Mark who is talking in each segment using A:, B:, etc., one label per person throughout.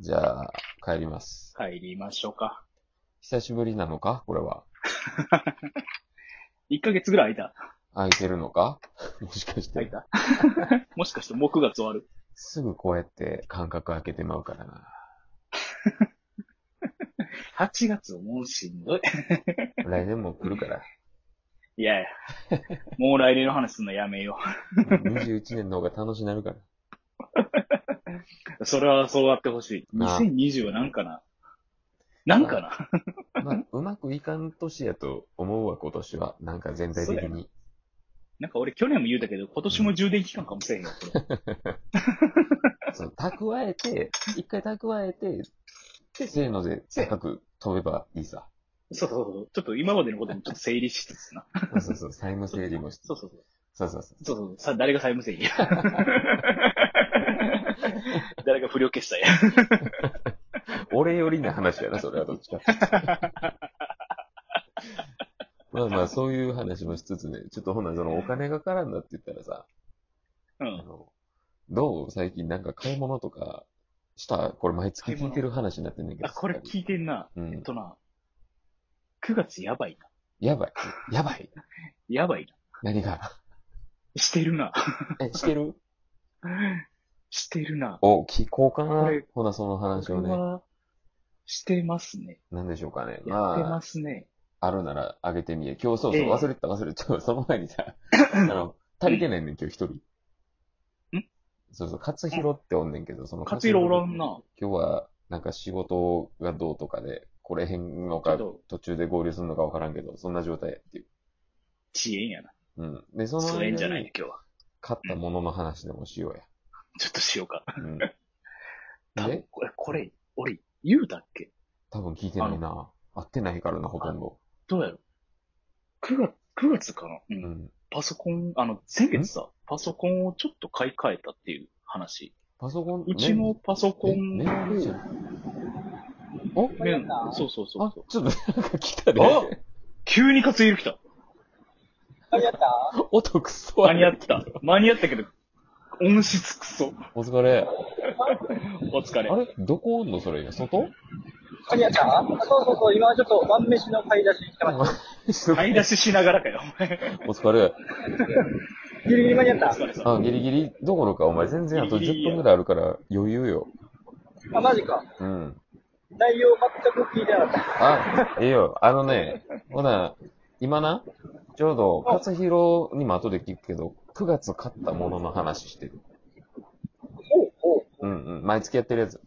A: じゃあ、帰ります。
B: 帰りましょうか。
A: 久しぶりなのかこれは。
B: 1ヶ月ぐらい空いた。
A: 空いてるのか もしかし
B: 空い
A: て。
B: た。 もしかして木月終わる。
A: すぐこうやって間隔空けてまうからな。
B: 8月もうしんどい。
A: 来年も来る から。
B: いやいや。もう来年の話すんのやめよ
A: 21年の方が楽しなるから。
B: う。それはそうあってほしい。
A: な
B: 2020はなんかな。なんかな。
A: まあ、うまくいかん年やと思うわ、今年は。なんか全体的
B: そうや
A: に。
B: なんか俺去年も言うたけど、今年も充電期間かもしれへんよ、これ。
A: そう、蓄えて、一回蓄えて、で、せーので、
B: せー
A: 高く飛べばいい さ。
B: そうそうそう。ちょっと今までのこともちょっと整理しつつな。
A: そうそうそう、債務整理もして。
B: そうそうそう。
A: そうそうそう。
B: そうそう。さ、誰が債務整理や。 誰が不良消したや。
A: 俺よりな話やな、それはどっちか。まあまあ、そういう話もしつつね、ちょっとほな、そのお金が絡んだって言ったらさ、あ
B: うん。
A: の、どう最近なんか買い物とかしたこれ毎月聞いてる話になってんねんけど。
B: あ、これ聞いてんな。
A: う
B: えっ
A: ん。
B: とな。9月やばいな。
A: やばい。やばい。
B: やばいな。
A: 何 が
B: してるな。
A: え、してる
B: してるな。
A: お、聞こうかな
B: これ。
A: ほな、その話を
B: これ
A: ね。
B: はしてますね。
A: 何でしょうかね。
B: やってま
A: ます
B: ね。
A: あ、あるならあげてみえ。今日、そうそう、
B: ええ
A: 忘れてた、忘れてた。その前にさ、あの、足りてないねん、今日一人。
B: ん
A: そうそう、勝弘っておんねんけど、その
B: 勝弘おらんな。
A: 今日は、なんか仕事がどうとかで、これへんのか
B: ちょっ、
A: 途中で合流するのかわからんけど、そんな状態っていう。
B: 遅延やな。
A: うん。で、その
B: 遅
A: 間
B: 延じゃない
A: に、、
B: ね今日は。
A: 買ったものの話でもしようや。
B: ちょっとしようか。
A: うん。
B: 多分
A: で、
B: これ、これ、俺、言うたっけ
A: 多分聞いてないな。合ってないからな、ほとんど。
B: どうやろ ?9 月、9月かな、う、
A: うんん。
B: パソコン、あの、先月さ、パソコンをちょっと買い替えたっていう話。
A: パソコン、
B: うちのパソコ
A: え
B: ン
A: メ
B: を、
A: ールじゃんお
B: ねそうそうそう
A: あ
B: そう。、
A: ちょっとなんか来たで。
B: あ急に活入る来た。
C: 間に合った
A: 音くそ
B: 間
A: 悪い
B: に合った。間に合ったけど、音質くそ。
A: お疲れ。
B: お疲れ
A: あ。れどこおんのそれ今外
C: 間に合ったそうそうそう、今ちょっと晩飯の買い出しに来てまし
B: 買い出ししながらかよ、お前。
A: お疲れ。
C: た。ギリギリ間に合っ
B: お
C: た
B: 疲れさん。
A: あ、ギリギリどころか、お前全然あと
B: ギリギリ
A: 10
B: や
A: 分ぐらいあるから余裕よ。
C: あ、マジか。
A: うん。
C: 内容全く聞いてなかった。
A: あ、ええよ。あのね、ほな、今な、ちょうど、勝弘にも後で聞くけど、9月買ったものの話してる。
C: おうおう
A: うんうん。毎月やってるやつ。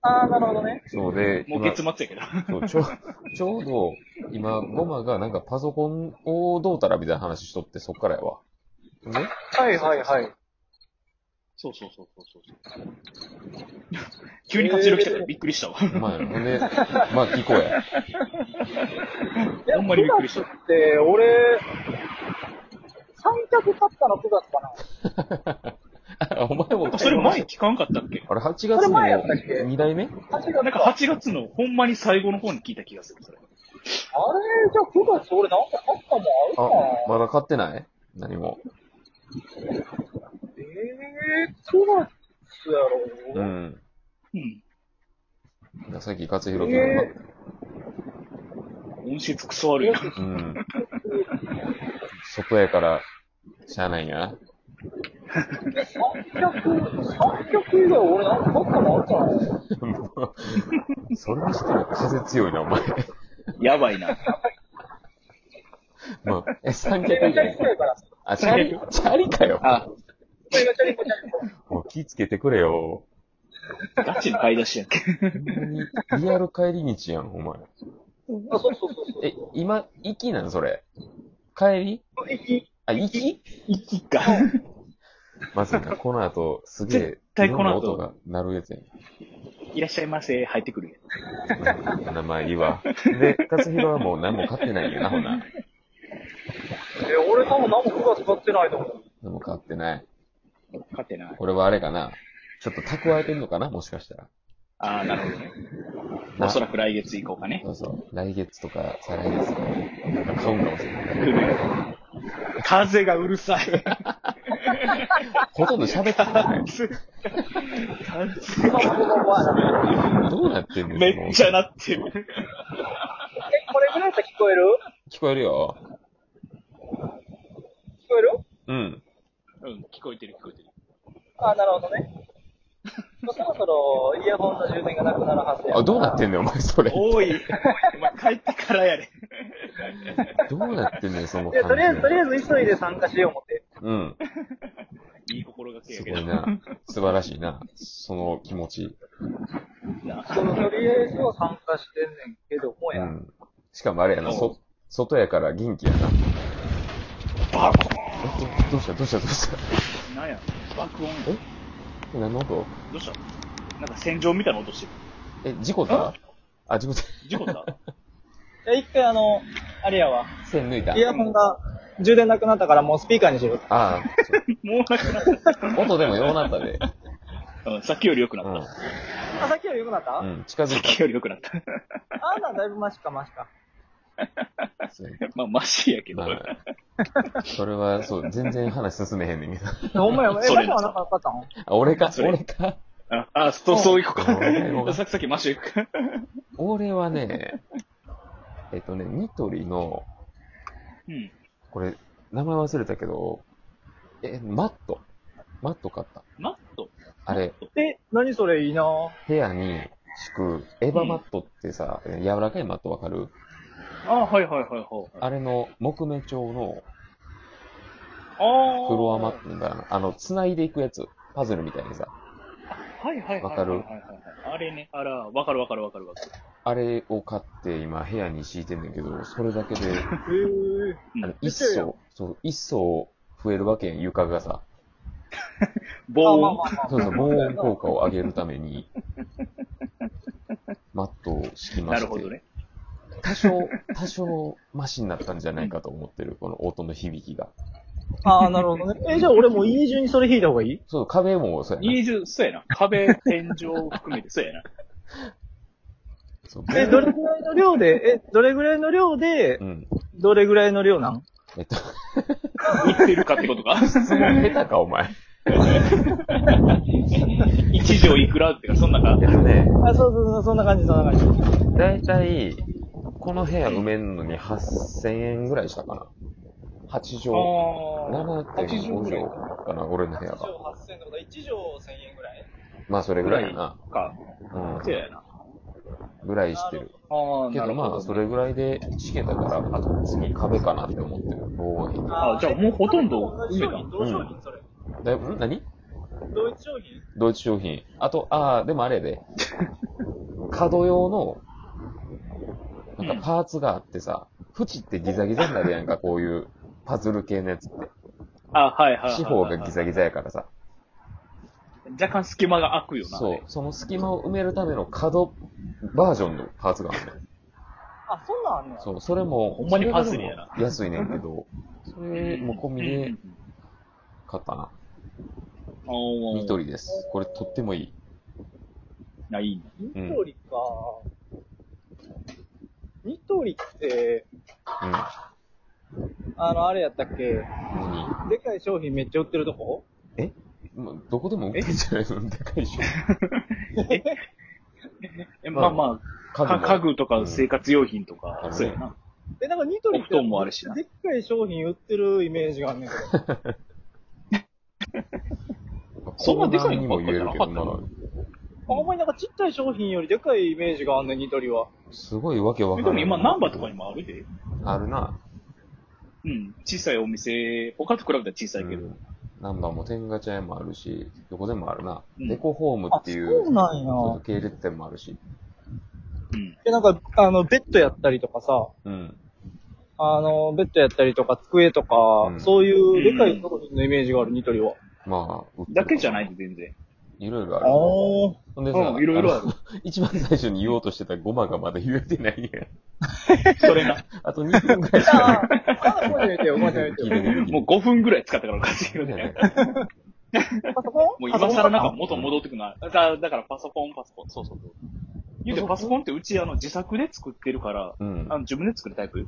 C: あー、なるほどね。
A: そうで、
B: もう
A: 今
B: 月末やけど。
A: そうちょ ちょうど、今、ゴマがなんかパソコンをどうたらみたいな話しとって、そっからやわ。ね
C: はいはいはい。
B: そうそうそうそうそう。急に活力来たからびっくりしたわ。
A: お前、ほんで、 まあ聞こう や。
C: いや
B: ほんまにびっくりした
C: 9月って、俺、三脚買ったの9月かな。
A: あお前も
B: それ前聞かんかったっけ
A: あれ、8月
C: それ
A: の
C: 前やったっけ
A: 2代目
C: 8月
B: なんか8月のほんまに最後の方に聞いた気がする、それ。
C: あれじゃあ9月俺なんか買ったもんあるか
A: あま
C: な、
A: だ買ってない何も。
C: えー、9月やろ、
A: うん。
B: うん。
A: さっき勝弘君が
C: え
B: 音質クソ悪いな。
A: うん。外やから、しゃあないんやな。
C: ー、三脚、三脚以外俺なんか買ったもんあるかな
A: もうそれにしても風強いな、お前。
B: やばいな。
A: まあ、え、三脚
C: め
A: 以
C: ちゃめ
A: 外
C: ちゃやから。
A: あ、チャリ、チャリかよ。
B: あ、
C: めちゃめちゃめちゃめちゃ
A: もう気つけてくれよ。
B: ガチの買い出しやんけ。
A: ほんまにリアル帰り道やん、お前。
C: あ、そうそうそうそう。
A: え、今、行きなん、それ。帰り
C: 息
A: あ、行き
B: 息 が。
A: まずいな、この後、すげえ、
B: 絶対この後
A: いろんな音が鳴るやつやん。
B: いらっしゃいませ、入ってくる
A: 名前いいわ。で、勝弘はもう何も買ってないんやな、ほな。
C: え、俺多分何も9月買ってないと思う。
A: 何も買ってない。
B: やん。勝てない。
A: これはあれかな。ちょっと蓄えてんのかな、もしかしたら。
B: ああ、なるほどね。
A: な
B: おそらく来月以降かね。
A: そうそう。来月とか、再来月とか、なんか買うんかもしれない。
B: 風がうるさい。
A: ほとんど喋ってない。
C: 今もここはな
A: どうなってんの
B: めっちゃなってる。
C: え、これぐらいだったら聞こえる
A: 聞こえるよ。
C: 聞こえる
A: うん。
B: うん、聞こえてる聞こえてる。
C: あ、なるほどね。そろそろイヤホンの充電がなくなるはずや。
A: あ、どうなってんねん、お前、それ。ど
B: おい、お前帰ってからやれ。
A: うなってんねん、その
C: いや、
A: 感
C: とりあえず、と
A: じ。
C: りあえず急いで参加しよう思って。
A: うん。
B: いい心がけ
A: す
B: やけ
A: ご
B: ど。
A: いな。素晴らしいな。その気持ち。
B: な
C: そのとりあえずは参加してんねんけども
A: う
C: や。
A: ん。しかもあれやな、そ、外やから元気やな。
B: バコー
A: えどどうしたどうしたどうした
B: ンなんや、爆音や。
A: え何の音
B: どうしたなんか戦場みたいな音してる。
A: え、事故ったあ、事故った。
B: 事故った
C: じゃあ一回あの、あれやわ。
A: 線抜いた
C: イ。ヤホンが充電なくなったからもうスピーカーにしろ。
A: あ
B: もうなくなった。
A: あ、音でもようなったで。
B: うん、さっきより良くな
A: う
B: った。
A: ん。
C: あ、さっきより良くなった、
A: うん、近づ
B: さっ
A: いた。
B: きより良くなった。
C: あんなんだいぶマシかマシか。
B: まあ、マシやけど。
A: まあ、それは、そう、全然話進めへんねんけど。
C: ほんまや、え、
B: そ
C: マ
B: れ
C: シはなんかあったん
A: あ、俺か、
B: それ
A: 俺か。
B: あ、あ、そう、そういこうか
A: う。ん
B: さっきさっきマシュ行くか。
A: 俺はね、えっとね、ニトリの、
B: うん。
A: これ、名前忘れたけど、え、マット。マット買った。
B: マット
A: あれ、
C: え、何それいいなぁ。
A: 部屋に敷く、エヴァマットってさ、柔らかいマットわかる
B: あ、はいはいはいはい。
A: あれの木目調の
B: あ
A: フロアマットみたいな、あの、繋いでいくやつ。パズルみたいにさ。
B: はいはいはいはいはい。
A: わかる
B: はいはいはいあれね、あら、わかるわかるわかるわかる。
A: あれを買って今部屋に敷いてんだけど、それだけで、
C: へぇ
A: あの
B: うん
A: 一層、そう、一層増えるわけやん、床がさ。
B: 防
C: あ、ま
B: 音
C: あま。あまあ。
A: そうそう、防音効果を上げるために、マットを敷きま
B: な
A: して。
B: るほどね。
A: 多少、多少、マシになったんじゃないかと思ってる、この音の響きが。
C: ああ、なるほどね。 え、じゃあ俺も家中にそれ引いた方がいい
A: そう、壁もそうやな。
B: 二重、そうやな。壁、天井含めて、そうやな。
A: そう
C: え、どれぐらいの 量で、え、どれぐらいの量で
A: う、ん。
C: どれぐらいの量なん
A: えっと、
B: 売ってるかってことか。
A: 質問下手か、お前。
B: 一畳いくらってか、そんなか
A: え。っとね、
C: あ、そうそうそう、そんな感じ、そんな感じ。
A: だいたい、この部屋埋めるのに8000円ぐらいしたかな。8畳。7.5畳かな、俺の部屋が。
C: 8000円とか1畳1000円ぐらい
A: まあ、それぐらいやな。
B: か。
A: うん
B: そう。やな。
A: ぐらいしてる。
B: ああ、
A: け
B: な
A: ど
B: るほ
A: まあ、
B: ど。
A: それぐらいで敷けたから、あと次壁かなって思ってる。防衛
B: あじゃあもうほとんど埋めた
C: 同商品それ。
A: だいぶ、ん何
C: 同一商品
A: 同一商品。あと、ああ、でもあれやで。角用の、なんかパーツがあってさ、縁ってギザギザになるやんか、こういうパズル系のやつって。
B: あ、はいはいはいはい。
A: 四方がギザギザやからさ。
B: 若干隙間が開くよな。
A: そう。その隙間を埋めるための角バージョンのパーツがあるのよ。
C: あ、そんなんあんのや。
A: そう、それも、
B: ほんまにパズルやな
A: それでも安いねんけど、それも込みで買ったな。
B: お
A: ニトリです。これとってもいい。
B: ないい
A: うん
C: ニトリか。ニトリって、
A: うん。
C: あの、あれやったっけ
A: 何
C: でかい商品めっちゃ売ってるとこ
A: まどこでも売ってんじゃないのでかいし。
B: え、まあまあ、か家
A: も
B: 具とか生活用品と
A: う
B: か、
A: ん
B: そうやな。
C: え、なんかニトリって。
B: お布団もあるしな
C: でっかい商品売ってるイメージがあんねんけど。
B: そんなでかいの
A: にも言えるけど、
B: ばっかじゃなか
A: ま
B: っ
C: あんまりなんかちっちゃい商品よりでかいイメージがあんねん、ニトリは。
A: あ、すごいわけわか
B: え
A: ん
B: で
A: ない。
B: も今、ナンバーとかにもあるで。
A: あるな。
B: うん。小さいお店、他と比べたら小さいけ
A: う
B: ど。
A: んナンバーも天下茶屋もあるし、どこでもあるな。
B: うん
A: エコホームってい
C: あそう
A: う、
C: なんや
A: ちょっと系列店もあるし。
B: うん。
C: で、なんか、あの、ベッドやったりとかさ、
A: うん。
C: あの、ベッドやったりとか、机とか、
A: うん
C: そういうでかい商品のイメージがある、ニトリは。
A: まあ、売ってる
B: だけじゃないで、全然。
A: いろいろあ
C: あ
A: る。
C: ー。
A: ほんでさ、
B: うん、いろいろあ
A: あの 一番最初に言おうとしてたゴマがまだ言えてない やん。
B: る。それな。
A: あと2分ぐらいしか
C: ああ、もう言うてよ、もう言うて
A: 聞い て
C: よ。
A: ない。
B: もう5分ぐらい使ったからおかし いよね。
C: パソコン
B: もう今更なんか元戻ってくのは、だだからパソコン、パソコン。そうそうそう。言うてパソコンってうちあの自作で作ってるから、
A: うん
B: あ。の自分で作るタイプ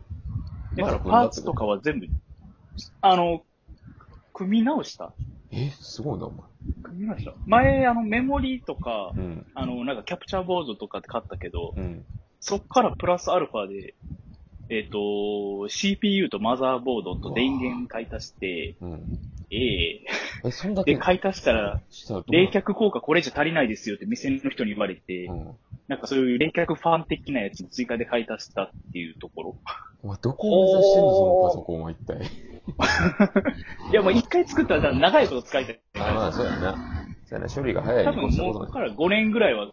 B: だから
A: まず
B: パーツとかは全部、あの、組み直した。
A: え、すごいな、お前。
B: 見ました。前、あの、メモリとか、
A: うん。
B: あの、なんかキャプチャーボードとかって買ったけど、
A: うん。
B: そっからプラスアルファで、えっ、と、CPU とマザーボードと電源買い足して、
A: うん。
B: ええ
A: え、そんだけ
B: で、買い足したら、
A: したらどうな
B: 冷却効果これじゃ足りないですよって店の人に言われて、
A: うん。
B: なんかそういう冷却ファン的なやつも追加で買い足したっていうところ。
A: お前、どこを目指してんの、そのパソコンは一体。
B: いや、もう一回作ったら長いこと使いたい。
A: あ、まあ、そうやな。そうやな、処理が早い
B: 多
A: に
B: 分
A: 越した
B: も
A: こ
B: う
A: と
B: こ
A: ない
B: こから5年ぐらいは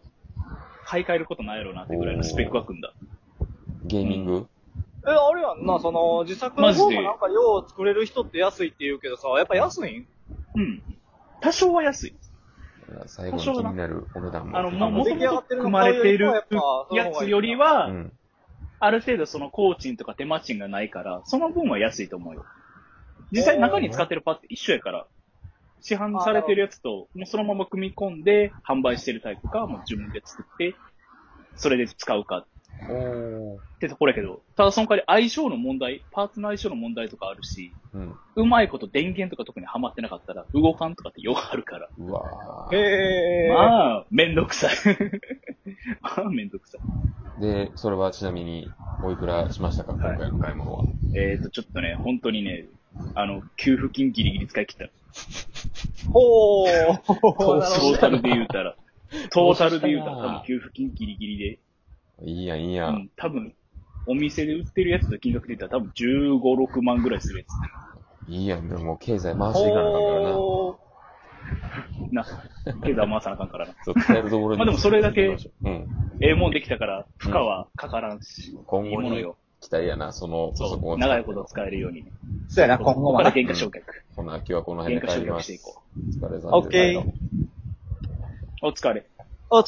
B: 買い替えることないやろうなってぐらいのスペックは組んだ。
A: ゲーミング
C: え、あれやんな、その、自作の方がなんかよう作れる人って安いって言うけどさ、やっぱ安いん
B: うん。多少は安い。
A: 最後の気になるお値段も。
B: あの、もう、も
C: 出
B: と
C: 来
B: も
C: 上が
B: と
C: ってる
B: 組
C: の
B: ま
C: 買う
B: れ
C: よ
B: て
C: り
B: る
C: はやっぱその方がいい
B: や
C: な
B: つより
A: う
B: は、
A: ん。
B: ある程度その工賃とか手間賃がないから、その分は安いと思うよ。実際中に使ってるパーツ一緒やから、市販されてるやつと、もうそのまま組み込んで販売してるタイプか、もう自分で作って、それで使うか
A: おー。
B: ってところやけど、ただその代わり相性の問題、パーツの相性の問題とかあるし、
A: うん。
B: うまいこと電源とか特にはまってなかったら、動かんとかってよくあるから。
A: うわー
C: へー。
B: まあ、めんどくさい。 まあ、めんどくさい。
A: で、それはちなみに、おいくらしましたか、今回の買い物は。
B: えっ、ー、と、ちょっとね、本当にね、あの、給付金ギリギリ使い切った。
C: ほー。
B: トータルで言うたら、トータルで言うた
A: 投
B: ら、
A: 資したな
B: 多分給付金ギリギリで、
A: いいやん、いいや。
B: うんん、多分、お店で売ってるやつの金額で言ったら多分15、6万ぐらいするやつ。
A: いいやん、でももう経済回していかなあかんからな。
C: ほー。
B: な、けど回さなあかんからな。
A: そう、使えるところに。
B: まあでもそれだけ
A: うん。
B: ええもんできたから、負荷はかからんし、
A: 今
B: いい
A: 後
B: もの
A: に
B: よ。
A: 期待やな、そのパ
B: そ
A: ソコンを使っ
B: う、
A: て
B: 長いこと使えるようにね。
C: そうやな、今後
B: ここ
C: も
B: から
C: な。
B: 原価償却。
A: ほな、今日はこの辺
B: 原
A: で帰
B: 価償
A: り
B: 却
A: ま
B: して
A: す
B: い。こ
A: お疲れ様です。
C: オッケー
B: う。お疲れ。
C: お疲れ